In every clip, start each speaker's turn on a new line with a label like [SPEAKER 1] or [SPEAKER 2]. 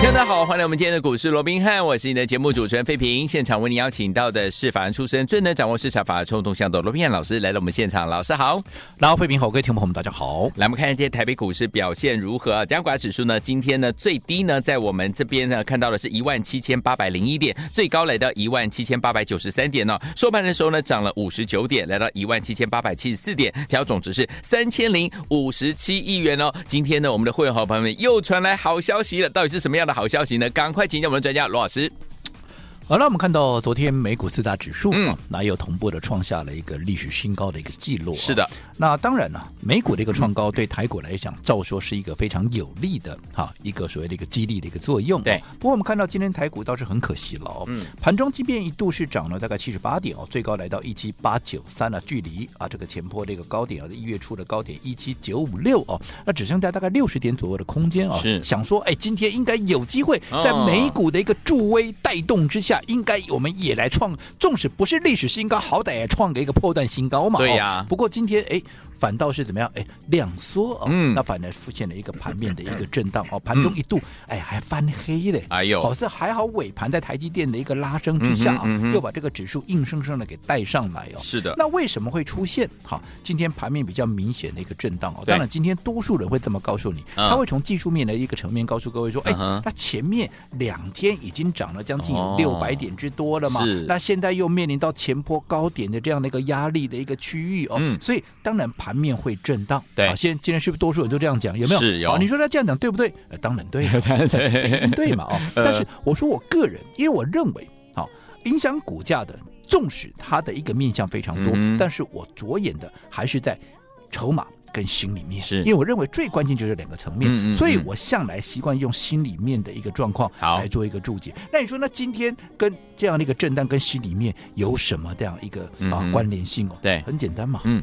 [SPEAKER 1] 大家好，欢迎来我们今天的股市罗宾汉，我是你的节目主持人费平。现场为你邀请到的是法案出身、最能掌握市场法冲动向的罗宾汉老师来到我们现场。老师好，
[SPEAKER 2] 然后，费平好，各位听众朋友们，大家好。
[SPEAKER 1] 来我们看一下今天台北股市表现如何啊？加权指数呢，今天呢最低呢在我们这边呢看到的是一万七千八百零一点，最高来到一万七千八百九十三点哦。收盘的时候呢涨了五十九点，来到一万七千八百七十四点，成交总值是三千零五十七亿元哦。今天呢我们的会员好朋友们又传来好消息了，到底是什么样的好消息呢？赶快请教我们的专家罗老师。
[SPEAKER 2] 好了，那我们看到昨天美股四大指数
[SPEAKER 1] 嗯
[SPEAKER 2] 啊，那又同步的创下了一个历史新高的一个记录、啊
[SPEAKER 1] 是的，
[SPEAKER 2] 那当然了、美股的一个创高对台股来讲，照说是一个非常有利的哈、一个所谓的一个激励的一个作用、啊
[SPEAKER 1] 对，
[SPEAKER 2] 不过我们看到今天台股倒是很可惜了哦，
[SPEAKER 1] 嗯
[SPEAKER 2] 盘中即便一度是涨了大概七十八点哦，最高来到一七八九三啊，距离啊这个前坡这个高点啊，一月初的高点一七九五六哦，那只剩下大概六十点左右的空间哦，
[SPEAKER 1] 是
[SPEAKER 2] 想说哎，今天应该有机会在
[SPEAKER 1] 哦
[SPEAKER 2] 美股。股的一个助威带动之下，应该我们也来创，纵使不是历史新高，好歹也创个一个破断新高嘛。
[SPEAKER 1] 对呀
[SPEAKER 2] 哦不过今天哎。反倒是怎么样？哎，量缩哦，
[SPEAKER 1] 嗯
[SPEAKER 2] 那反而出现了一个盘面的一个震荡哦，盘中一度、哎还翻黑嘞，
[SPEAKER 1] 哎呦
[SPEAKER 2] 好是还好尾盘在台积电的一个拉升之下啊，
[SPEAKER 1] 嗯哼嗯哼
[SPEAKER 2] 又把这个指数硬生生的给带上来哦。
[SPEAKER 1] 是的
[SPEAKER 2] 那为什么会出现好今天盘面比较明显的一个震荡哦？
[SPEAKER 1] 对
[SPEAKER 2] 当然，今天多数人会这么告诉你，
[SPEAKER 1] 嗯
[SPEAKER 2] 他会从技术面的一个层面告诉各位说，哎
[SPEAKER 1] 嗯哼，
[SPEAKER 2] 它前面两天已经涨了将近有
[SPEAKER 1] 哦
[SPEAKER 2] 六百点之多了嘛
[SPEAKER 1] 是，
[SPEAKER 2] 那现在又面临到前坡高点的这样的一个压力的一个区域哦
[SPEAKER 1] 嗯，
[SPEAKER 2] 所以当然盘面会震荡。
[SPEAKER 1] 对
[SPEAKER 2] 好现今天是不是多数人都这样讲？有没有？哦
[SPEAKER 1] 是有
[SPEAKER 2] 好你说他这样讲对不对？呃当然对啊，对嘛哦。
[SPEAKER 1] 呃
[SPEAKER 2] 但是我说我个人，因为我认为，好、影响股价的，纵使它的一个面向非常多，
[SPEAKER 1] 嗯
[SPEAKER 2] 但是我着眼的还是在筹码。跟心里面，
[SPEAKER 1] 是
[SPEAKER 2] 因为我认为最关键就是两个层面，
[SPEAKER 1] 嗯嗯
[SPEAKER 2] 所以
[SPEAKER 1] 嗯
[SPEAKER 2] 我向来习惯用心里面的一个状况
[SPEAKER 1] 好
[SPEAKER 2] 来做一个注解。那你说，那今天跟这样的一个震荡跟心里面有什么这样一个
[SPEAKER 1] 嗯
[SPEAKER 2] 啊
[SPEAKER 1] 嗯
[SPEAKER 2] 关联性哦？
[SPEAKER 1] 对
[SPEAKER 2] 很简单嘛，
[SPEAKER 1] 嗯，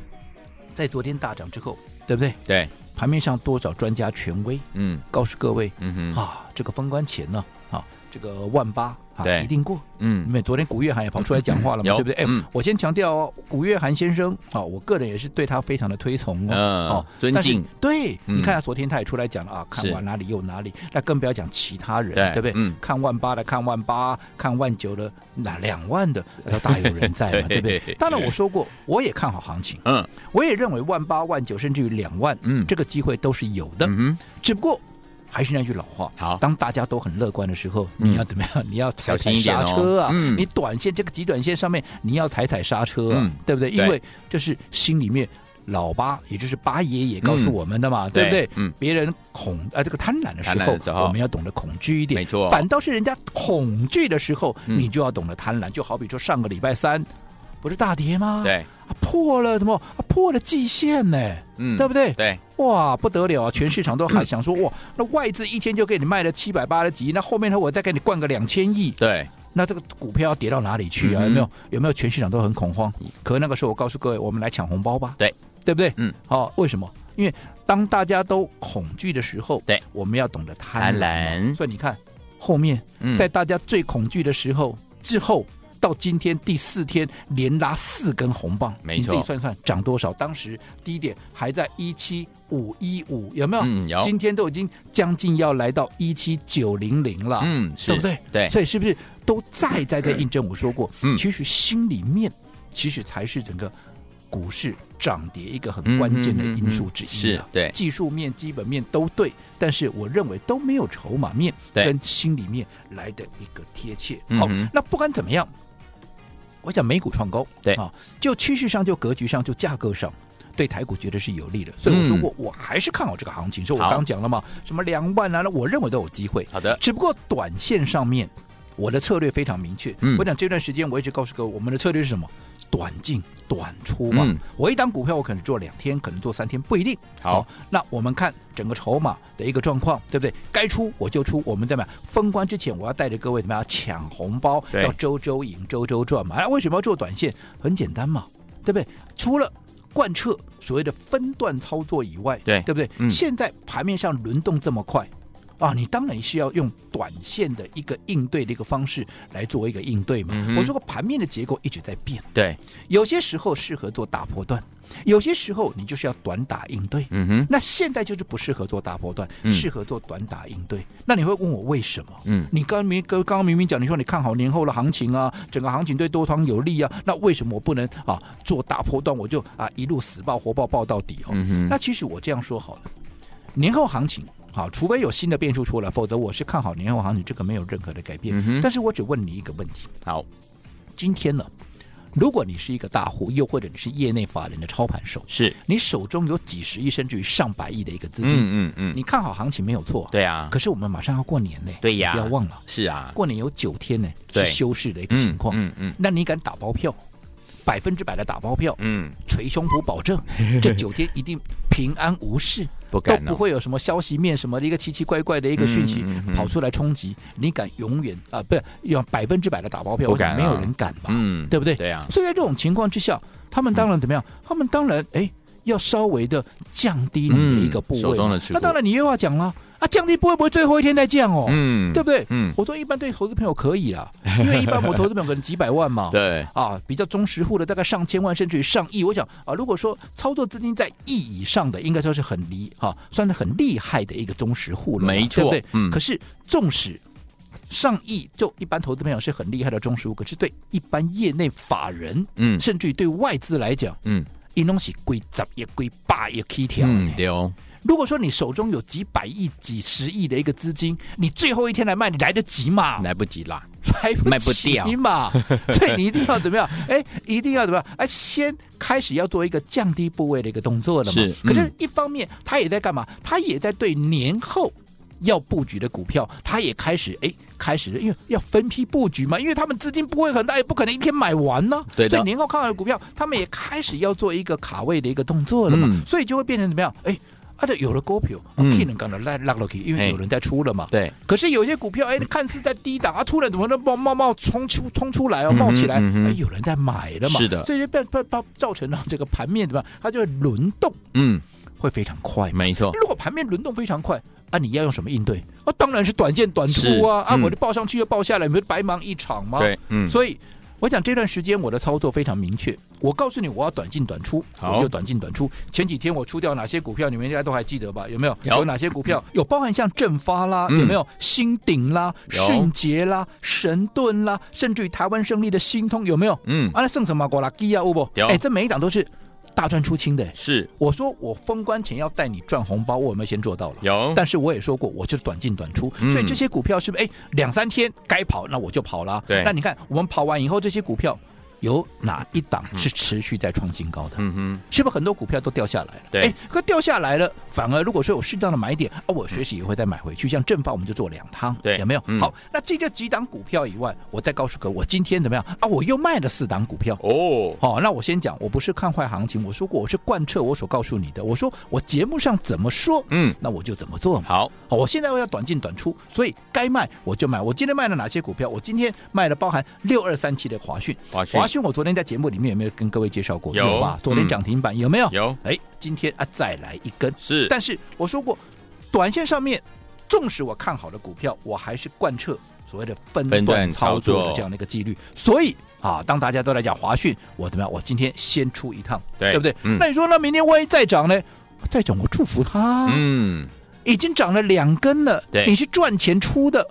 [SPEAKER 2] 在昨天大涨之后，对不对？
[SPEAKER 1] 对，
[SPEAKER 2] 盘面上多少专家权威
[SPEAKER 1] 嗯
[SPEAKER 2] 告诉各位，
[SPEAKER 1] 嗯哼，
[SPEAKER 2] 啊，这个封关前呢，啊，这个万八啊
[SPEAKER 1] 对
[SPEAKER 2] 一定过。因
[SPEAKER 1] 嗯，
[SPEAKER 2] 为昨天古月涵也跑出来讲话了嘛，
[SPEAKER 1] 有
[SPEAKER 2] 对不对？哎、
[SPEAKER 1] 嗯
[SPEAKER 2] 我先强调哦，古月涵先生啊，我个人也是对他非常的推崇哦，
[SPEAKER 1] 嗯
[SPEAKER 2] 哦，
[SPEAKER 1] 尊
[SPEAKER 2] 但是
[SPEAKER 1] 敬。
[SPEAKER 2] 对，
[SPEAKER 1] 嗯
[SPEAKER 2] 你看他昨天他也出来讲了啊，看
[SPEAKER 1] 是
[SPEAKER 2] 完哪里又哪里，那更不要讲其他人，
[SPEAKER 1] 对
[SPEAKER 2] 对不对？
[SPEAKER 1] 嗯
[SPEAKER 2] 看万八的，看万八，看万九的，那两万的都大有人在 嘛，
[SPEAKER 1] 对
[SPEAKER 2] 对不对？当然我说过，我也看好行情，
[SPEAKER 1] 嗯
[SPEAKER 2] 我也认为万八、万九甚至于两万，
[SPEAKER 1] 嗯
[SPEAKER 2] 这个机会都是有的。
[SPEAKER 1] 嗯哼，
[SPEAKER 2] 只不过还是那句老话，
[SPEAKER 1] 好
[SPEAKER 2] 当大家都很乐观的时候，
[SPEAKER 1] 嗯
[SPEAKER 2] 你要怎么样？你要
[SPEAKER 1] 小
[SPEAKER 2] 踩
[SPEAKER 1] 心
[SPEAKER 2] 踩
[SPEAKER 1] 一点
[SPEAKER 2] 刹
[SPEAKER 1] 哦
[SPEAKER 2] 车啊！
[SPEAKER 1] 嗯
[SPEAKER 2] 你短线这个极短线上面，你要踩踩刹车啊，
[SPEAKER 1] 嗯
[SPEAKER 2] 对不对？
[SPEAKER 1] 对
[SPEAKER 2] 因为这是心里面。老八，也就是八爷也告诉
[SPEAKER 1] 嗯
[SPEAKER 2] 我们的嘛，对不
[SPEAKER 1] 对
[SPEAKER 2] 对？
[SPEAKER 1] 嗯
[SPEAKER 2] 别人恐啊、这个贪婪的时
[SPEAKER 1] 贪婪
[SPEAKER 2] 候，
[SPEAKER 1] 的时候
[SPEAKER 2] 我们要懂得恐惧一点，
[SPEAKER 1] 没错
[SPEAKER 2] 反倒是人家恐惧的时候，
[SPEAKER 1] 嗯
[SPEAKER 2] 你就要懂得贪婪。就好比说上个礼拜三，不是大跌吗？
[SPEAKER 1] 对，
[SPEAKER 2] 啊、破了什么？啊、破了季线呢、
[SPEAKER 1] 嗯，
[SPEAKER 2] 对不对？
[SPEAKER 1] 对，
[SPEAKER 2] 哇，不得了啊！全市场都 还想说，哇，那外资一天就给你卖了七百八十几亿，那后面呢，我再给你灌个两千亿，
[SPEAKER 1] 对，
[SPEAKER 2] 那这个股票要跌到哪里去
[SPEAKER 1] 嗯
[SPEAKER 2] 啊？
[SPEAKER 1] 哼
[SPEAKER 2] 有没有？有没有？全市场都很恐慌。可那个时候，我告诉各位，我们来抢红包吧，
[SPEAKER 1] 对
[SPEAKER 2] 对不对？
[SPEAKER 1] 嗯，
[SPEAKER 2] 好、为什么？因为当大家都恐惧的时候，
[SPEAKER 1] 对，
[SPEAKER 2] 我们要懂得贪婪嘛。
[SPEAKER 1] 贪婪
[SPEAKER 2] 所以你看，后面
[SPEAKER 1] 嗯，
[SPEAKER 2] 在大家最恐惧的时候之后。到今天第四天连拉四根红棒，
[SPEAKER 1] 没
[SPEAKER 2] 你自己
[SPEAKER 1] 错
[SPEAKER 2] 算算涨多少？当时低点还在一七五一五，有没有？
[SPEAKER 1] 嗯有
[SPEAKER 2] 今天都已经将近要来到一七九零零了，
[SPEAKER 1] 嗯是
[SPEAKER 2] 啊对不对？
[SPEAKER 1] 对
[SPEAKER 2] 所以是不是都再再在印证我说过？
[SPEAKER 1] 嗯
[SPEAKER 2] 其实心里面其实才是整个股市涨跌一个很关键的
[SPEAKER 1] 嗯嗯嗯嗯
[SPEAKER 2] 因素之一、
[SPEAKER 1] 是
[SPEAKER 2] 啊
[SPEAKER 1] 对
[SPEAKER 2] 技术面、基本面都对，但是我认为都没有筹码面
[SPEAKER 1] 对
[SPEAKER 2] 跟心里面来的一个贴切。
[SPEAKER 1] 嗯
[SPEAKER 2] 好
[SPEAKER 1] 哼，
[SPEAKER 2] 那不管怎么样，我想美股创高，
[SPEAKER 1] 对
[SPEAKER 2] 啊，就趋势上、就格局上、就架构上。对台股觉得是有利的，所以我说过，我还是看好这个行情。所以
[SPEAKER 1] 嗯
[SPEAKER 2] 我
[SPEAKER 1] 好
[SPEAKER 2] 刚讲了嘛，什么两万啊，那我认为都有机会。
[SPEAKER 1] 好的，
[SPEAKER 2] 只不过短线上面，我的策略非常明确。
[SPEAKER 1] 嗯
[SPEAKER 2] 我讲这段时间我一直告诉各位，我们的策略是什么？短进短出嘛。
[SPEAKER 1] 嗯
[SPEAKER 2] 我一档股票我可能做两天，可能做三天，不一定。
[SPEAKER 1] 好
[SPEAKER 2] 那我们看整个筹码的一个状况，对不对？该出我就出。我们怎么样？封关之前，我要带着各位怎么样抢红包，
[SPEAKER 1] 对
[SPEAKER 2] 哎要周周赢，周周赚嘛。那为什么要做短线？很简单嘛，对不对？除了贯彻所谓的分段操作以外，
[SPEAKER 1] 对
[SPEAKER 2] 对不对？
[SPEAKER 1] 嗯
[SPEAKER 2] 现在盘面上轮动这么快。啊，你当然是要用短线的一个应对的一个方式来做一个应对嘛。
[SPEAKER 1] 嗯哼
[SPEAKER 2] 我说过，盘面的结构一直在变，
[SPEAKER 1] 对，
[SPEAKER 2] 有些时候适合做大波段，有些时候你就是要短打应对。
[SPEAKER 1] 嗯哼，
[SPEAKER 2] 那现在就是不适合做大波段，
[SPEAKER 1] 嗯
[SPEAKER 2] 适合做短打应对。那你会问我为什么？
[SPEAKER 1] 嗯
[SPEAKER 2] 你刚明刚刚明明讲，你说你看好年后的行情啊，整个行情对多方有利啊，那为什么我不能啊做大波段，我就啊一路死抱活抱抱到底哦？
[SPEAKER 1] 嗯哼，
[SPEAKER 2] 那其实我这样说好了，年后行情好，除非有新的变数出来，否则我是看好年后行情，这个没有任何的改
[SPEAKER 1] 嗯
[SPEAKER 2] 变。
[SPEAKER 1] 哼
[SPEAKER 2] 但是我只问你一个问题：
[SPEAKER 1] 好，
[SPEAKER 2] 今天呢，如果你是一个大户，又或者你是业内法人的操盘手，
[SPEAKER 1] 是，
[SPEAKER 2] 你手中有几十亿甚至于上百亿的一个资金，
[SPEAKER 1] 嗯嗯嗯，
[SPEAKER 2] 你看好行情没有错，
[SPEAKER 1] 对啊，
[SPEAKER 2] 可是我们马上要过年呢，
[SPEAKER 1] 对呀
[SPEAKER 2] 你不要忘了，
[SPEAKER 1] 是啊，
[SPEAKER 2] 过年有九天呢
[SPEAKER 1] 对
[SPEAKER 2] 是休市的一
[SPEAKER 1] 嗯
[SPEAKER 2] 个情况，
[SPEAKER 1] 嗯嗯
[SPEAKER 2] 那你敢打包票，百分之百的打包票，
[SPEAKER 1] 嗯，
[SPEAKER 2] 捶胸脯保 证，这九天一定平安无事，
[SPEAKER 1] 不
[SPEAKER 2] 都
[SPEAKER 1] 敢
[SPEAKER 2] 不
[SPEAKER 1] 哦，
[SPEAKER 2] 会有什么消息面什么的一个奇奇怪怪的一个讯息
[SPEAKER 1] 嗯嗯嗯
[SPEAKER 2] 跑出来冲击，你敢永远啊、不是要百分之百的打包票，
[SPEAKER 1] 不敢啊
[SPEAKER 2] 我想没有人敢吧，
[SPEAKER 1] 嗯
[SPEAKER 2] 对不对？
[SPEAKER 1] 对啊，
[SPEAKER 2] 所以在这种情况之下，他们当然怎么样？
[SPEAKER 1] 嗯
[SPEAKER 2] 他们当然哎，要稍微的降低你的一个部位
[SPEAKER 1] 嗯
[SPEAKER 2] 嘛、
[SPEAKER 1] 手中的持股
[SPEAKER 2] 那当然，你又要讲了啊，降低部位不会最后一天再降哦，
[SPEAKER 1] 嗯，
[SPEAKER 2] 对不对？
[SPEAKER 1] 嗯，
[SPEAKER 2] 我说一般对投资朋友可以啊，因为一般我投资朋友可能几百 万嘛，
[SPEAKER 1] 对，
[SPEAKER 2] 啊，比较忠实户的大概上千万甚至于上亿。我想啊，如果说操作资金在亿以上的，应该说是很离哈、算是很厉害的一个忠实户了嘛，
[SPEAKER 1] 没错
[SPEAKER 2] 对不对？
[SPEAKER 1] 嗯
[SPEAKER 2] 可是纵使上亿，就一般投资朋友是很厉害的忠实户，可是对一般业内法人，
[SPEAKER 1] 嗯
[SPEAKER 2] 甚至于对外资来讲，
[SPEAKER 1] 嗯
[SPEAKER 2] 一东西归十也归八也 K 条。
[SPEAKER 1] 嗯，对哦，
[SPEAKER 2] 如果说你手中有几百亿、几十亿的一个资金，你最后一天来卖，你来得及吗？
[SPEAKER 1] 来不及啦，
[SPEAKER 2] 还
[SPEAKER 1] 卖不
[SPEAKER 2] 不及
[SPEAKER 1] 掉
[SPEAKER 2] 嘛，所以你一定要怎么样？哎，一定要怎么样？哎，先开始要做一个降低部位的一个动作了嘛。
[SPEAKER 1] 是
[SPEAKER 2] 可是
[SPEAKER 1] 嗯，
[SPEAKER 2] 一方面他也在干嘛？他也在对年后。要布局的股票，他也开始哎，开始因为要分批布局嘛，因为他们资金不会很大，也不可能一天买完呢、
[SPEAKER 1] 对的
[SPEAKER 2] 所以年后看好的股票，他们也开始要做一个卡位的一个动作了嘛，
[SPEAKER 1] 嗯
[SPEAKER 2] 所以就会变成怎么样？哎，啊，对有了股票，
[SPEAKER 1] 嗯
[SPEAKER 2] 可能刚才拉拉落去，因
[SPEAKER 1] 嘿
[SPEAKER 2] 为有人在出了嘛，
[SPEAKER 1] 对，
[SPEAKER 2] 可是有些股票，哎，你看似在低档啊，突然怎么能冒冒冒冲出冲出来哦，
[SPEAKER 1] 嗯哼
[SPEAKER 2] 冒起来，
[SPEAKER 1] 嗯哼
[SPEAKER 2] 哎，有人在买了嘛，
[SPEAKER 1] 是的
[SPEAKER 2] 所以就变变变造成了这个盘面怎么样，它就会轮动
[SPEAKER 1] 嗯，
[SPEAKER 2] 会非常快嘛。
[SPEAKER 1] 没错，
[SPEAKER 2] 如果盘面轮动非常快啊，你要用什么应对？啊，当然是短线短
[SPEAKER 1] 是
[SPEAKER 2] 出啊，啊，
[SPEAKER 1] 嗯
[SPEAKER 2] 我就报上去又报下来，你不是白忙一场吗？。
[SPEAKER 1] 对，嗯，
[SPEAKER 2] 所以我讲这段时间我的操作非常明确，我告诉你我要短进短出，
[SPEAKER 1] 好
[SPEAKER 2] 我就短进短出。前几天我出掉哪些股票，你们应该都还记得吧？有没有？
[SPEAKER 1] 有
[SPEAKER 2] 哪些股票？有包含像正发啦，
[SPEAKER 1] 嗯
[SPEAKER 2] 有没有？新鼎啦、
[SPEAKER 1] 有
[SPEAKER 2] 迅捷啦、神盾啦，甚至于台湾胜利的新通有没有？
[SPEAKER 1] 嗯，
[SPEAKER 2] 啊，那剩什么国拉基啊，有不？
[SPEAKER 1] 有
[SPEAKER 2] 哎，这每一档都是大赚出清的。
[SPEAKER 1] 是
[SPEAKER 2] 我说我封关前要带你赚红包，我有没有先做到了？
[SPEAKER 1] 有，
[SPEAKER 2] 但是我也说过，我就是短进短出，
[SPEAKER 1] 嗯
[SPEAKER 2] 所以这些股票是不是哎两三天该跑，那我就跑了。啊
[SPEAKER 1] 对
[SPEAKER 2] 那你看我们跑完以后，这些股票有哪一档是持续在创新高的？
[SPEAKER 1] 嗯哼，
[SPEAKER 2] 是不是很多股票都掉下来了？
[SPEAKER 1] 对
[SPEAKER 2] 哎，可掉下来了，反而如果说有适当的买点，啊，我随时也会再买回去。像正发我们就做两趟，
[SPEAKER 1] 对
[SPEAKER 2] 有没有？
[SPEAKER 1] 嗯
[SPEAKER 2] 好，那这这几档股票以外，我再告诉各位，我今天怎么样啊？我又卖了四档股票。
[SPEAKER 1] 哦，
[SPEAKER 2] 好、那我先讲，我不是看坏行情，我说过我是贯彻我所告诉你的，我说我节目上怎么说，
[SPEAKER 1] 嗯，
[SPEAKER 2] 那我就怎么做嘛。
[SPEAKER 1] 好，
[SPEAKER 2] 好，我现在要短进短出，所以该卖我就卖。我今天卖了哪些股票？我今天卖了包含六二三七的华讯，
[SPEAKER 1] 华讯
[SPEAKER 2] 华讯我昨天在节目里面有没有跟各位介绍过？
[SPEAKER 1] 有
[SPEAKER 2] 吧
[SPEAKER 1] 嗯？
[SPEAKER 2] 昨天涨停板、有没有？
[SPEAKER 1] 有
[SPEAKER 2] 哎，今天啊再来一根，
[SPEAKER 1] 是，
[SPEAKER 2] 但是我说过，短线上面，纵使我看好的股票，我还是贯彻所谓的分
[SPEAKER 1] 分段
[SPEAKER 2] 段操
[SPEAKER 1] 操
[SPEAKER 2] 作
[SPEAKER 1] 作
[SPEAKER 2] 的这样的一个纪律。所以啊，当大家都来讲华讯，我怎么样？我今天先出一趟，
[SPEAKER 1] 对
[SPEAKER 2] 不对？
[SPEAKER 1] 嗯
[SPEAKER 2] 那你说，那明天万一再涨呢？再涨，我祝福他啊。
[SPEAKER 1] 嗯，
[SPEAKER 2] 已经涨了两根了，
[SPEAKER 1] 对
[SPEAKER 2] 你是赚钱出的，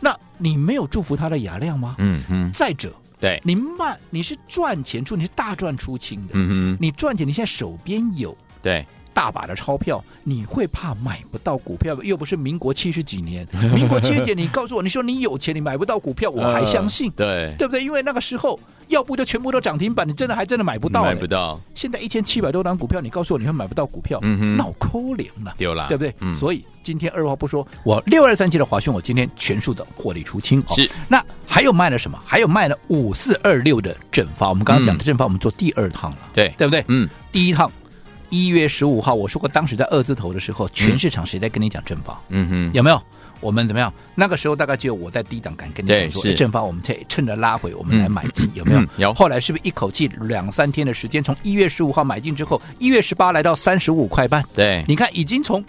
[SPEAKER 2] 那你没有祝福他的雅量吗？
[SPEAKER 1] 嗯嗯，
[SPEAKER 2] 再者，
[SPEAKER 1] 对，
[SPEAKER 2] 你慢，你是赚钱出，你是大赚出清的，
[SPEAKER 1] 嗯哼，
[SPEAKER 2] 你赚钱，你现在手边有
[SPEAKER 1] 对，
[SPEAKER 2] 大把的钞票，你会怕买不到股票吗？又不是民国七十几 年，民国七十几年，你告诉我，你说你有钱，你买不到股票，
[SPEAKER 1] 呃
[SPEAKER 2] 我还相信。
[SPEAKER 1] 对，
[SPEAKER 2] 对不对？因为那个时候，要不就全部都涨停板，你真的还真的买不到、哎
[SPEAKER 1] 买
[SPEAKER 2] 嘞
[SPEAKER 1] 不到，
[SPEAKER 2] 现在一千七百多档股票，你告诉我你会买不到股票，
[SPEAKER 1] 嗯哼
[SPEAKER 2] 闹抠脸了。
[SPEAKER 1] 丢啦，
[SPEAKER 2] 对不对？
[SPEAKER 1] 嗯，
[SPEAKER 2] 所以今天二话不说，我六二三七的华讯，我今天全数的获利出清。哦
[SPEAKER 1] 是，
[SPEAKER 2] 那还有卖了什么？还有卖了五四二六的正发，我们刚刚讲的正发，我们做第二趟了，
[SPEAKER 1] 对，
[SPEAKER 2] 对不对？
[SPEAKER 1] 嗯，
[SPEAKER 2] 第一趟。一月十五号，我说过，当时在二字头的时候，全市场谁在跟你讲正方？
[SPEAKER 1] 嗯哼，
[SPEAKER 2] 有没有？我们怎么样？那个时候大概只有我在低档敢跟你
[SPEAKER 1] 对
[SPEAKER 2] 讲说，
[SPEAKER 1] 是
[SPEAKER 2] 哎正方我们趁趁着拉回，我们来买进，有没有
[SPEAKER 1] 嗯？有
[SPEAKER 2] 后来是不是一口气两三天的时间，从一月十五号买进之后，一月十八来到三十五块半，
[SPEAKER 1] 对，
[SPEAKER 2] 你看已经从。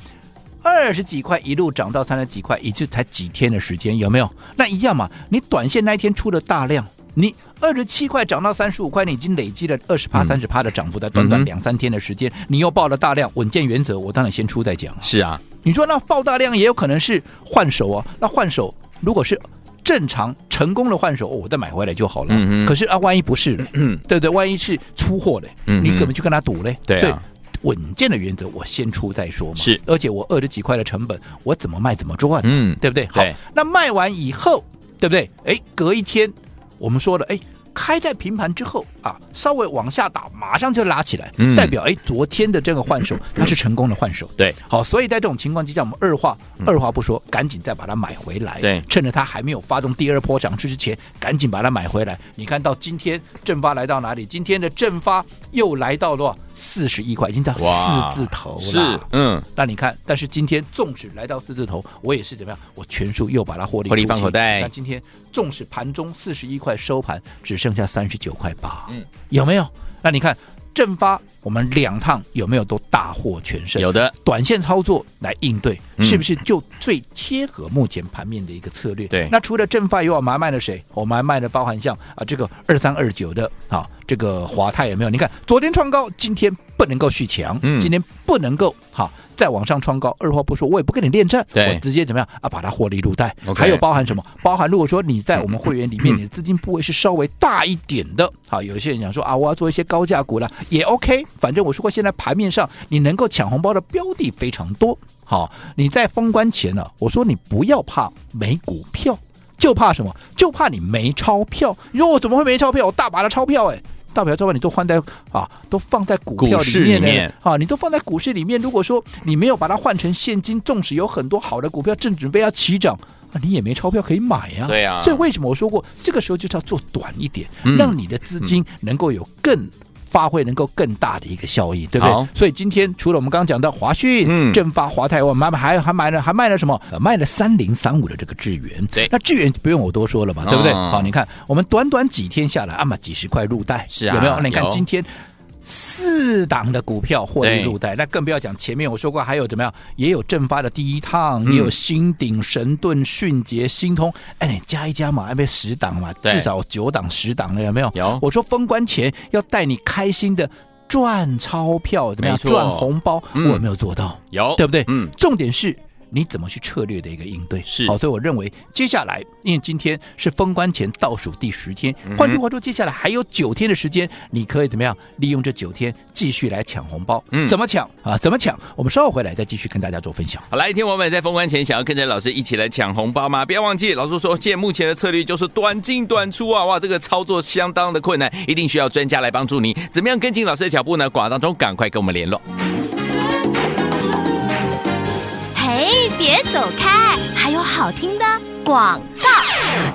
[SPEAKER 2] 二十几块一路涨到三十几块，也就才几天的时间，有没有？那一样嘛，你短线那一天出了大量，你二十七块涨到三十五块，你已经累积了二十趴、三十趴的涨幅，在短
[SPEAKER 1] 嗯
[SPEAKER 2] 短
[SPEAKER 1] 哼
[SPEAKER 2] 两三天的时间，你又爆了大量，稳健原则，我当然先出再讲啊。
[SPEAKER 1] 是啊，
[SPEAKER 2] 你说那爆大量也有可能是换手啊，那换手如果是正常成功的换手，哦我再买回来就好了。
[SPEAKER 1] 嗯哼
[SPEAKER 2] 可是啊，万一不 是了，对不对？万一是出货嘞，
[SPEAKER 1] 嗯哼
[SPEAKER 2] 你怎么去跟他赌嘞？
[SPEAKER 1] 对啊
[SPEAKER 2] 所以稳健的原则，我先出再说嘛。
[SPEAKER 1] 是，
[SPEAKER 2] 而且我二十几块的成本，我怎么卖怎么赚，
[SPEAKER 1] 嗯，
[SPEAKER 2] 对不对？好
[SPEAKER 1] 对，
[SPEAKER 2] 那卖完以后，对不对？哎，隔一天我们说了，哎。开在平盘之后啊，稍微往下打，马上就拉起来，
[SPEAKER 1] 嗯
[SPEAKER 2] 代表哎，昨天的这个 换手它是成功的换手，
[SPEAKER 1] 对，嗯
[SPEAKER 2] 好，所以在这种情况之下，我们二话二话不说，赶紧再把它买回来。
[SPEAKER 1] 对
[SPEAKER 2] 趁着它还没有发动第二波涨势之前，赶紧把它买回来。你看到今天正发来到哪里？今天的正发又来到了四十一块，已经到
[SPEAKER 1] 哇
[SPEAKER 2] 四字头了。
[SPEAKER 1] 是，嗯，
[SPEAKER 2] 那你看，但是今天纵使来到四字头，我也是怎么样？我全数又把它获利
[SPEAKER 1] 获利
[SPEAKER 2] 出
[SPEAKER 1] 放
[SPEAKER 2] 清
[SPEAKER 1] 口袋
[SPEAKER 2] 那今天纵使盘中四十一块收盘，只剩下三十九块八，
[SPEAKER 1] 嗯，
[SPEAKER 2] 有没有？那你看正发，我们两趟有没有都大获全胜？
[SPEAKER 1] 有的，
[SPEAKER 2] 短线操作来应对，
[SPEAKER 1] 嗯
[SPEAKER 2] 是不是就最贴合目前盘面的一个策略？
[SPEAKER 1] 对
[SPEAKER 2] 那除了正发以外，我们还卖了谁？我们还卖了包含像啊这个二三二九的啊这个华泰有没有？你看昨天创高，今天不能够续强，
[SPEAKER 1] 嗯
[SPEAKER 2] 今天不能够哈、再往上创高。二话不说，我也不跟你恋战，
[SPEAKER 1] 对
[SPEAKER 2] 我直接怎么样啊把它获利入袋。
[SPEAKER 1] OK
[SPEAKER 2] 还有包含什么？包含如果说你在我们会员里面，你的资金部位是稍微大一点
[SPEAKER 1] 嗯
[SPEAKER 2] 的，好，有些人讲说啊，我要做一些高价股了，也 OK。反正我说过，现在盘面上你能够抢红包的标的非常多。好，你在封关前呢、我说你不要怕没股票，就怕什么？就怕你没钞票。你说我怎么会没钞票？我大把的钞票哎、大把的钞票你都换在啊，都放在股票
[SPEAKER 1] 股市
[SPEAKER 2] 里面
[SPEAKER 1] 里
[SPEAKER 2] 呢、
[SPEAKER 1] 面
[SPEAKER 2] 啊，你都放在股市里面。如果说你没有把它换成现金，纵使有很多好的股票正准备要起涨啊，你也没钞票可以买呀、
[SPEAKER 1] 对啊
[SPEAKER 2] 所以为什么我说过，这个时候就是要做短一点，
[SPEAKER 1] 嗯
[SPEAKER 2] 让你的资金能够有更。发挥能够更大的一个效益，对不
[SPEAKER 1] 好
[SPEAKER 2] 对？所以今天除了我们刚刚讲到华讯、
[SPEAKER 1] 嗯
[SPEAKER 2] 正发、华泰，我们还还还买了还卖了什么？呃卖了三零三五的这个智源。
[SPEAKER 1] 对
[SPEAKER 2] 那智源不用我多说了嘛，对不对？
[SPEAKER 1] 嗯
[SPEAKER 2] 好，你看我们短短几天下来，啊嘛几十块入袋，
[SPEAKER 1] 是啊
[SPEAKER 2] 有没有？那你看
[SPEAKER 1] 有
[SPEAKER 2] 今天四档的股票获利
[SPEAKER 1] 对
[SPEAKER 2] 入袋，那更不要讲前面我说过还有怎么样，也有正发的第一趟，
[SPEAKER 1] 嗯
[SPEAKER 2] 也有新鼎、神盾、迅捷、新通，哎，你加一加嘛，还没十档嘛，
[SPEAKER 1] 对
[SPEAKER 2] 至少九档十档了，有没有？
[SPEAKER 1] 有
[SPEAKER 2] 我说封关前要带你开心的赚钞票，怎么样
[SPEAKER 1] 没错
[SPEAKER 2] 赚红包？
[SPEAKER 1] 嗯
[SPEAKER 2] 我有没有做到？
[SPEAKER 1] 有，
[SPEAKER 2] 对不对？
[SPEAKER 1] 嗯，
[SPEAKER 2] 重点是。你怎么去策略的一个应对？
[SPEAKER 1] 是
[SPEAKER 2] 好，所以我认为接下来，因为今天是封关前倒数第十天，
[SPEAKER 1] 嗯哼
[SPEAKER 2] 换句话说，接下来还有九天的时间，你可以怎么样利用这九天继续来抢红包？
[SPEAKER 1] 嗯
[SPEAKER 2] 怎么抢啊？怎么抢？我们稍后回来再继续跟大家做分享。
[SPEAKER 1] 好，来，听我们在封关前想要跟着老师一起来抢红包吗？不要忘记，老师说现在目前的策略就是短进短出啊，哇，这个操作相当的困难，一定需要专家来帮助你。怎么样跟进老师的脚步呢？广告当中赶快跟我们联络。
[SPEAKER 3] 嘿，别走开，还有好听的广告。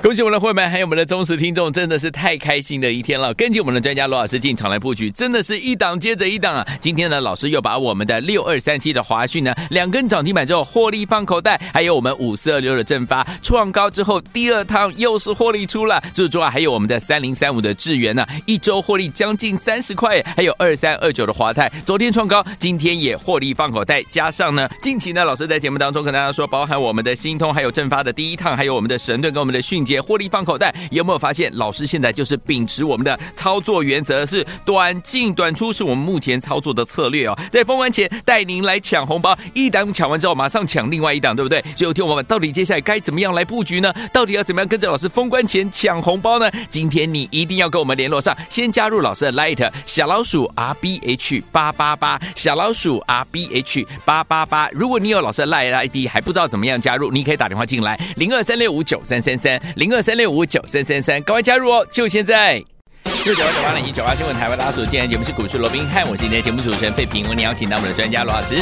[SPEAKER 1] 恭喜我们的会员，还有我们的忠实听众，真的是太开心的一天了。跟紧我们的专家罗老师进场来布局，真的是一档接着一档啊！今天呢，老师又把我们的六二三七的华讯呢，两根涨停板之后获利放口袋，还有我们五四二六的正发创高之后第二趟又是获利出了，最主要还有我们的三零三五的智源呢、一周获利将近三十块，还有二三二九的华泰，昨天创高，今天也获利放口袋，加上呢，近期呢，老师在节目当中跟大家说，包含我们的新通，还有正发的第一趟，还有我们的神盾跟我们的迅捷获利放口袋，有没有发现老师现在就是秉持我们的操作原则是短进短出，是我们目前操作的策略哦，在封完前带您来抢红包，一档抢完之后马上抢另外一档，对不对？所以有听我们到底接下来该怎么样来布局呢？到底要怎么样跟着老师封关前抢红包呢？今天你一定要跟我们联络上，先加入老师的 Light 小老鼠 R B H 八八八，小老鼠 R B H 八八八。如果你有老师的 Light ID 还不知道怎么样加入，你可以打电话进来零二三六五九三三三零二三六五九三三三，赶快加入哦，就现在。六九八九八零一九八新闻台湾大家所今天节目是股市罗宾汉，我是今天的节目主持人费平，我们邀请到我们的专家罗老师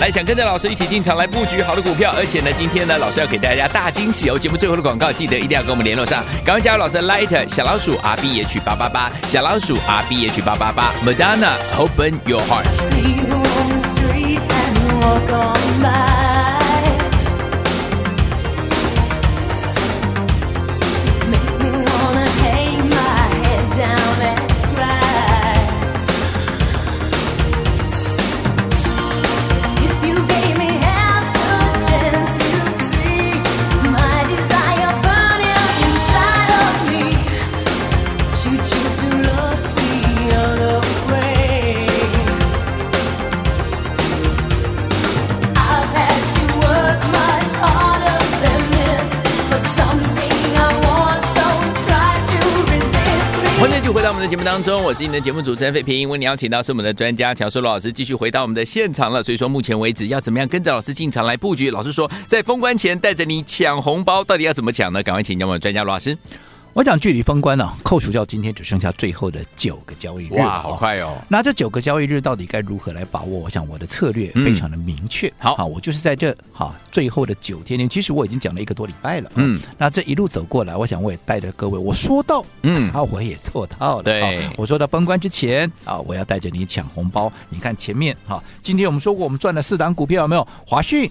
[SPEAKER 1] 来，想跟着老师一起进场来布局好的股票，而且呢，今天呢，老师要给大家大惊喜哦！节目最后的广告记得一定要跟我们联络上，赶快加入老师的 Light 小老鼠 R B H 八八八，小老鼠 R B H 八八八，Madonna Open Your Heart。
[SPEAKER 4] See you on the street and walk on by. Make me wanna hang my head down and cry. If you gave me half the chance, you'd see my desire burning inside of me. She chose to look the other way. I've had to work much harder than this, but something I want don't try to resist me.
[SPEAKER 1] 欢迎继续回到我们的节目当中，我是你的节目主持人费平。为你邀请到是我们的专家乔硕罗老师，继续回到我们的现场了。所以说，目前为止要怎么样跟着老师进场来布局？老师说，在封关前带着你抢红包，到底要怎么抢呢？赶快请教我们的专家罗老师。
[SPEAKER 2] 我讲距离封关呢、扣除掉今天只剩下最后的九个交易日了
[SPEAKER 1] 哇，
[SPEAKER 2] 哦
[SPEAKER 1] 好快哦！
[SPEAKER 2] 那这九个交易日到底该如何来把握？我想我的策略非常的明确。啊
[SPEAKER 1] 好
[SPEAKER 2] 我就是在这好最后的九天天，其实我已经讲了一个多礼拜了。
[SPEAKER 1] 嗯，
[SPEAKER 2] 那这一路走过来，我想我也带着各位，我说到，
[SPEAKER 1] 嗯
[SPEAKER 2] 啊，我也做到了。
[SPEAKER 1] 对
[SPEAKER 2] 啊我说到封关之前啊，我要带着你抢红包。你看前面啊，今天我们说过，我们赚了四档股票，有没有？华讯。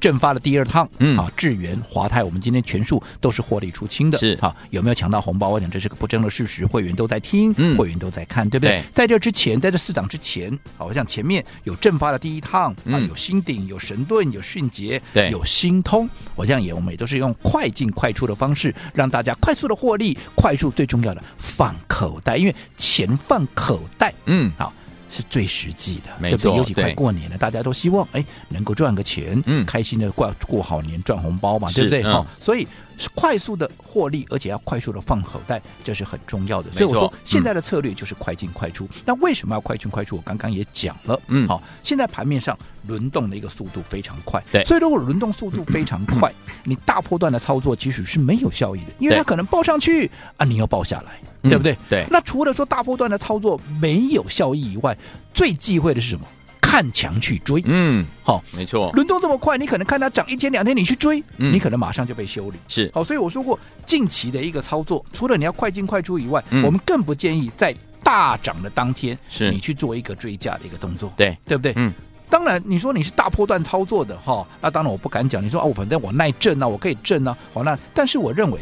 [SPEAKER 2] 正发的第二趟，
[SPEAKER 1] 嗯
[SPEAKER 2] 啊，智源、华泰，我们今天全数都是获利出清的，
[SPEAKER 1] 是
[SPEAKER 2] 啊，有没有抢到红包？我讲这是个不争的事实，会员都在听，
[SPEAKER 1] 嗯
[SPEAKER 2] 会员都在看，对不对？
[SPEAKER 1] 对
[SPEAKER 2] 在这之前，在这四档之前，啊，我想前面有正发的第一趟，啊，
[SPEAKER 1] 嗯
[SPEAKER 2] 有新鼎，有神盾，有迅捷，
[SPEAKER 1] 对
[SPEAKER 2] 有新通，我想也我们也都是用快进快出的方式，让大家快速的获利，快速最重要的放口袋，因为钱放口袋，
[SPEAKER 1] 嗯，
[SPEAKER 2] 好。啊是最实际的，
[SPEAKER 1] 没
[SPEAKER 2] 对不对
[SPEAKER 1] 错
[SPEAKER 2] 尤其快
[SPEAKER 1] 对
[SPEAKER 2] 过年了，大家都希望哎能够赚个钱，
[SPEAKER 1] 嗯
[SPEAKER 2] 开心的过过好年，赚红包嘛，对
[SPEAKER 1] 是
[SPEAKER 2] 不对？
[SPEAKER 1] 嗯
[SPEAKER 2] 哈、所以是快速的获利，而且要快速的放口袋，这是很重要的。
[SPEAKER 1] 没
[SPEAKER 2] 所以我说
[SPEAKER 1] 错，嗯
[SPEAKER 2] 现在的策略就是快进快出。那为什么要快进快出？我刚刚也讲了，
[SPEAKER 1] 嗯
[SPEAKER 2] 好、现在盘面上轮动的一个速度非常快，
[SPEAKER 1] 对
[SPEAKER 2] 所以如果轮动速度非常快， 你大波段的操作其实是没有效益的，因为
[SPEAKER 1] 对
[SPEAKER 2] 它可能报上去啊，你要报下来。对不对？
[SPEAKER 1] 嗯对
[SPEAKER 2] 那除了说大波段的操作没有效益以外，最忌讳的是什么？看强去追。
[SPEAKER 1] 嗯，
[SPEAKER 2] 好、
[SPEAKER 1] 没错，
[SPEAKER 2] 轮动这么快，你可能看它涨一天两天，你去追，
[SPEAKER 1] 嗯
[SPEAKER 2] 你可能马上就被修理。
[SPEAKER 1] 是
[SPEAKER 2] 好，所以我说过，近期的一个操作，除了你要快进快出以外，
[SPEAKER 1] 嗯
[SPEAKER 2] 我们更不建议在大涨的当天，
[SPEAKER 1] 是
[SPEAKER 2] 你去做一个追价的一个动作，
[SPEAKER 1] 对，
[SPEAKER 2] 对不对？
[SPEAKER 1] 嗯，
[SPEAKER 2] 当然，你说你是大波段操作的哈、那当然我不敢讲。你说啊，我反正我耐震啊，我可以震啊，好那，但是我认为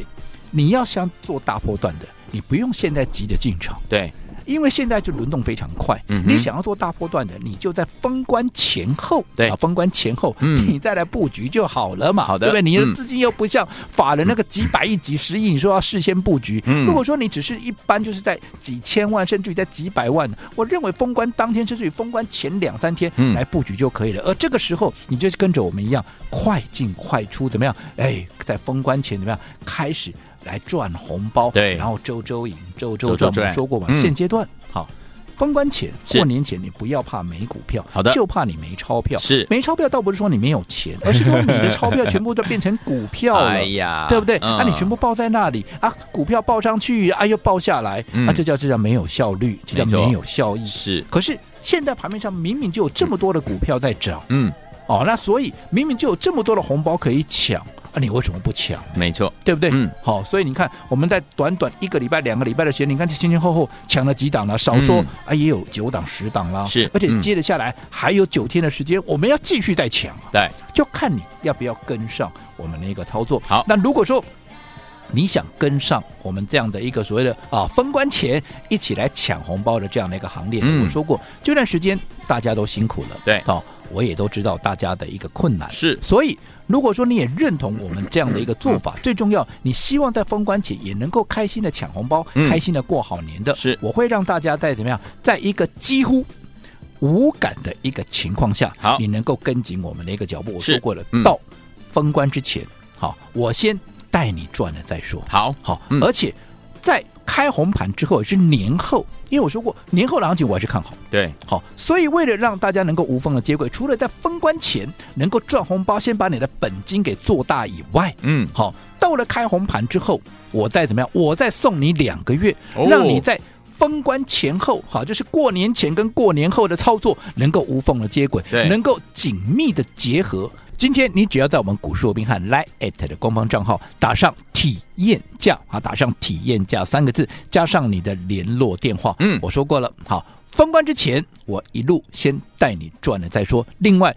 [SPEAKER 2] 你要想做大波段的，你不用现在急着进场。
[SPEAKER 1] 对，
[SPEAKER 2] 因为现在就轮动非常快，
[SPEAKER 1] 嗯哼
[SPEAKER 2] 你想要做大波段的，你就在封关前后，
[SPEAKER 1] 对
[SPEAKER 2] 啊，封关前后，
[SPEAKER 1] 嗯
[SPEAKER 2] 你再来布局就好了嘛，
[SPEAKER 1] 好的
[SPEAKER 2] 对不对？你
[SPEAKER 1] 嗯
[SPEAKER 2] 的资金又不像法人那个几百亿、几十亿，你说要事先布局，
[SPEAKER 1] 嗯
[SPEAKER 2] 如果说你只是一般就是在几千万，甚至于在几百万，我认为封关当天，甚至于封关前两三天
[SPEAKER 1] 嗯
[SPEAKER 2] 来布局就可以了。而这个时候，你就跟着我们一样，快进快出，怎么样？哎，在封关前怎么样开始？来赚红包，
[SPEAKER 1] 对
[SPEAKER 2] 然后周周赢，周
[SPEAKER 1] 周
[SPEAKER 2] 周
[SPEAKER 1] 周
[SPEAKER 2] 赚。我
[SPEAKER 1] 赚
[SPEAKER 2] 们说过嘛，
[SPEAKER 1] 嗯
[SPEAKER 2] 现阶段好。封关前，
[SPEAKER 1] 是
[SPEAKER 2] 过年前，你不要怕没股票，
[SPEAKER 1] 好的
[SPEAKER 2] 就怕你没钞票。
[SPEAKER 1] 是
[SPEAKER 2] 没钞票，倒不是说你没有钱， 而是说你的钞票全部都变成股票了，
[SPEAKER 1] 哎呀
[SPEAKER 2] 对不对？
[SPEAKER 1] 嗯
[SPEAKER 2] 啊，你全部抱在那里啊，股票报上去，啊又报下来，
[SPEAKER 1] 嗯
[SPEAKER 2] 啊，这叫这叫没有效率，这叫
[SPEAKER 1] 没错
[SPEAKER 2] 没有效益。
[SPEAKER 1] 是，
[SPEAKER 2] 可是现在盘面上明明就有这么多的股票在涨，
[SPEAKER 1] 嗯，
[SPEAKER 2] 哦，那所以明明就有这么多的红包可以抢，啊，你为什么不抢？
[SPEAKER 1] 没错，
[SPEAKER 2] 对不对？
[SPEAKER 1] 嗯，
[SPEAKER 2] 好，所以你看我们在短短一个礼拜、两个礼拜的时间，你看这前前后后抢了几档了，少说、
[SPEAKER 1] 嗯
[SPEAKER 2] 啊也有九档、十档啦。
[SPEAKER 1] 是
[SPEAKER 2] 而且
[SPEAKER 1] 嗯
[SPEAKER 2] 接着下来还有九天的时间，我们要继续再抢啊，
[SPEAKER 1] 对，
[SPEAKER 2] 就看你要不要跟上我们的一个操作。
[SPEAKER 1] 好
[SPEAKER 2] 那如果说你想跟上我们这样的一个所谓的啊封关前一起来抢红包的这样的一个行列，
[SPEAKER 1] 嗯
[SPEAKER 2] 我说过这段时间大家都辛苦了，
[SPEAKER 1] 对
[SPEAKER 2] 哦，我也都知道大家的一个困难，
[SPEAKER 1] 是嗯
[SPEAKER 2] 所以，如果说你也认同我们这样的一个做法，最重要，你希望在封关前也能够开心的抢红包，
[SPEAKER 1] 嗯
[SPEAKER 2] 开心的过好年的，
[SPEAKER 1] 是
[SPEAKER 2] 我会让大家在怎么样，在一个几乎。无感的一个情况下，
[SPEAKER 1] 好
[SPEAKER 2] 你能够跟紧我们的一个脚步。我
[SPEAKER 1] 是
[SPEAKER 2] 说过了，
[SPEAKER 1] 嗯
[SPEAKER 2] 到封关之前，好，我先带你赚了再说。
[SPEAKER 1] 好，
[SPEAKER 2] 好，
[SPEAKER 1] 嗯
[SPEAKER 2] 而且在开红盘之后是年后，因为我说过年后的行情我还是看好。
[SPEAKER 1] 对，
[SPEAKER 2] 好，所以为了让大家能够无缝的接轨，除了在封关前能够赚红包，先把你的本金给做大以外，
[SPEAKER 1] 嗯，
[SPEAKER 2] 好，到了开红盘之后，我再怎么样，我再送你两个月，
[SPEAKER 1] 哦
[SPEAKER 2] 让你在封关前后，好，就是过年前跟过年后的操作能够无缝的接轨
[SPEAKER 1] 对，
[SPEAKER 2] 能够紧密的结合。今天你只要在我们股市罗宾汉 Line at 的官方账号打上体验价啊，打上体验价三个字，加上你的联络电话。
[SPEAKER 1] 嗯
[SPEAKER 2] 我说过了，好，封关之前我一路先带你赚了再说。另外，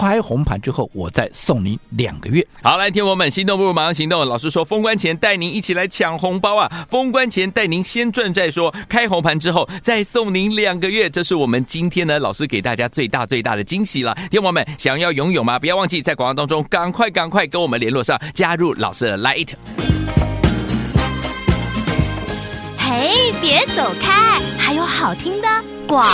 [SPEAKER 2] 开红盘之后，我再送你两个月。
[SPEAKER 1] 好，来，天友们，心动不如马上行动。老师说，封关前带您一起来抢红包啊！封关前带您先赚再说，开红盘之后再送您两个月，这是我们今天呢老师给大家最大最大的惊喜了。天友们，想要拥有吗？不要忘记在广告当中赶快赶快跟我们联络上，加入老师的 Light。
[SPEAKER 3] 嘿，别走开，还有好听的广。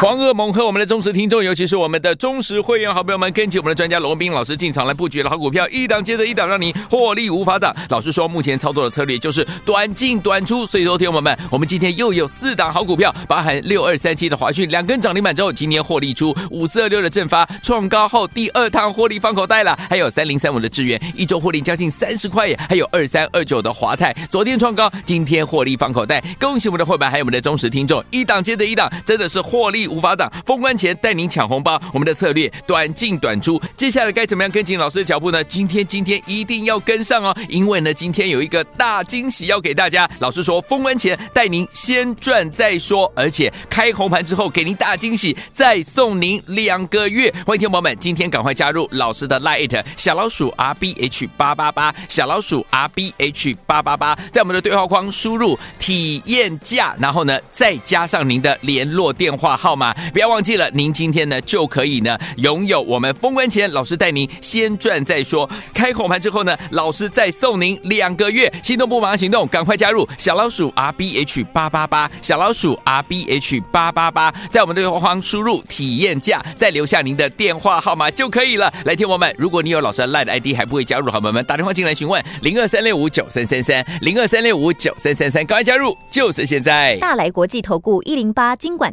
[SPEAKER 1] 狂恶猛和我们的忠实听众，尤其是我们的忠实会员好朋友们，跟紧我们的专家龙斌老师进场来布局了好股票，一档接着一档，让你获利无法挡。老师说，目前操作的策略就是短进短出，所以说，听友们，我们今天又有四档好股票，包含六二三七的华讯两根涨停板之后，今天获利出五四二六的正发创高后第二趟获利放口袋了，还有三零三五的智源一周获利将近三十块耶，还有二三二九的华泰昨天创高，今天获利放口袋，恭喜我们的会员还有我们的忠实听众，一档接着一档，真的是获利无法挡。封关前带您抢红包，我们的策略短进短出。接下来该怎么样跟紧老师的脚步呢？今天今天一定要跟上哦，因为呢今天有一个大惊喜要给大家。老师说封关前带您先赚再说，而且开红盘之后给您大惊喜，再送您两个月。欢迎听众朋友们，今天赶快加入老师的 Light 小老鼠 R B H 八八八，小老鼠 R B H 八八八，在我们的对话框输入体验价，然后呢再加上您的联络电话号码，不要忘记了，您今天呢就可以呢拥有我们封关前老师带您先赚再说，开红盘之后呢，老师再送您两个月，心动不马上行动，赶快加入小老鼠 R B H 八八八，小老鼠 R B H 八八八，在我们的对话框输入体验价，再留下您的电话号码就可以了。来，听我们，如果你有老师的 Line 的 ID 还不会加入，好朋友们打电话进来询问零二三六五九三三三零二三六五九三三三，赶快加入，就是现在。
[SPEAKER 3] 大来国际投顾一零八金管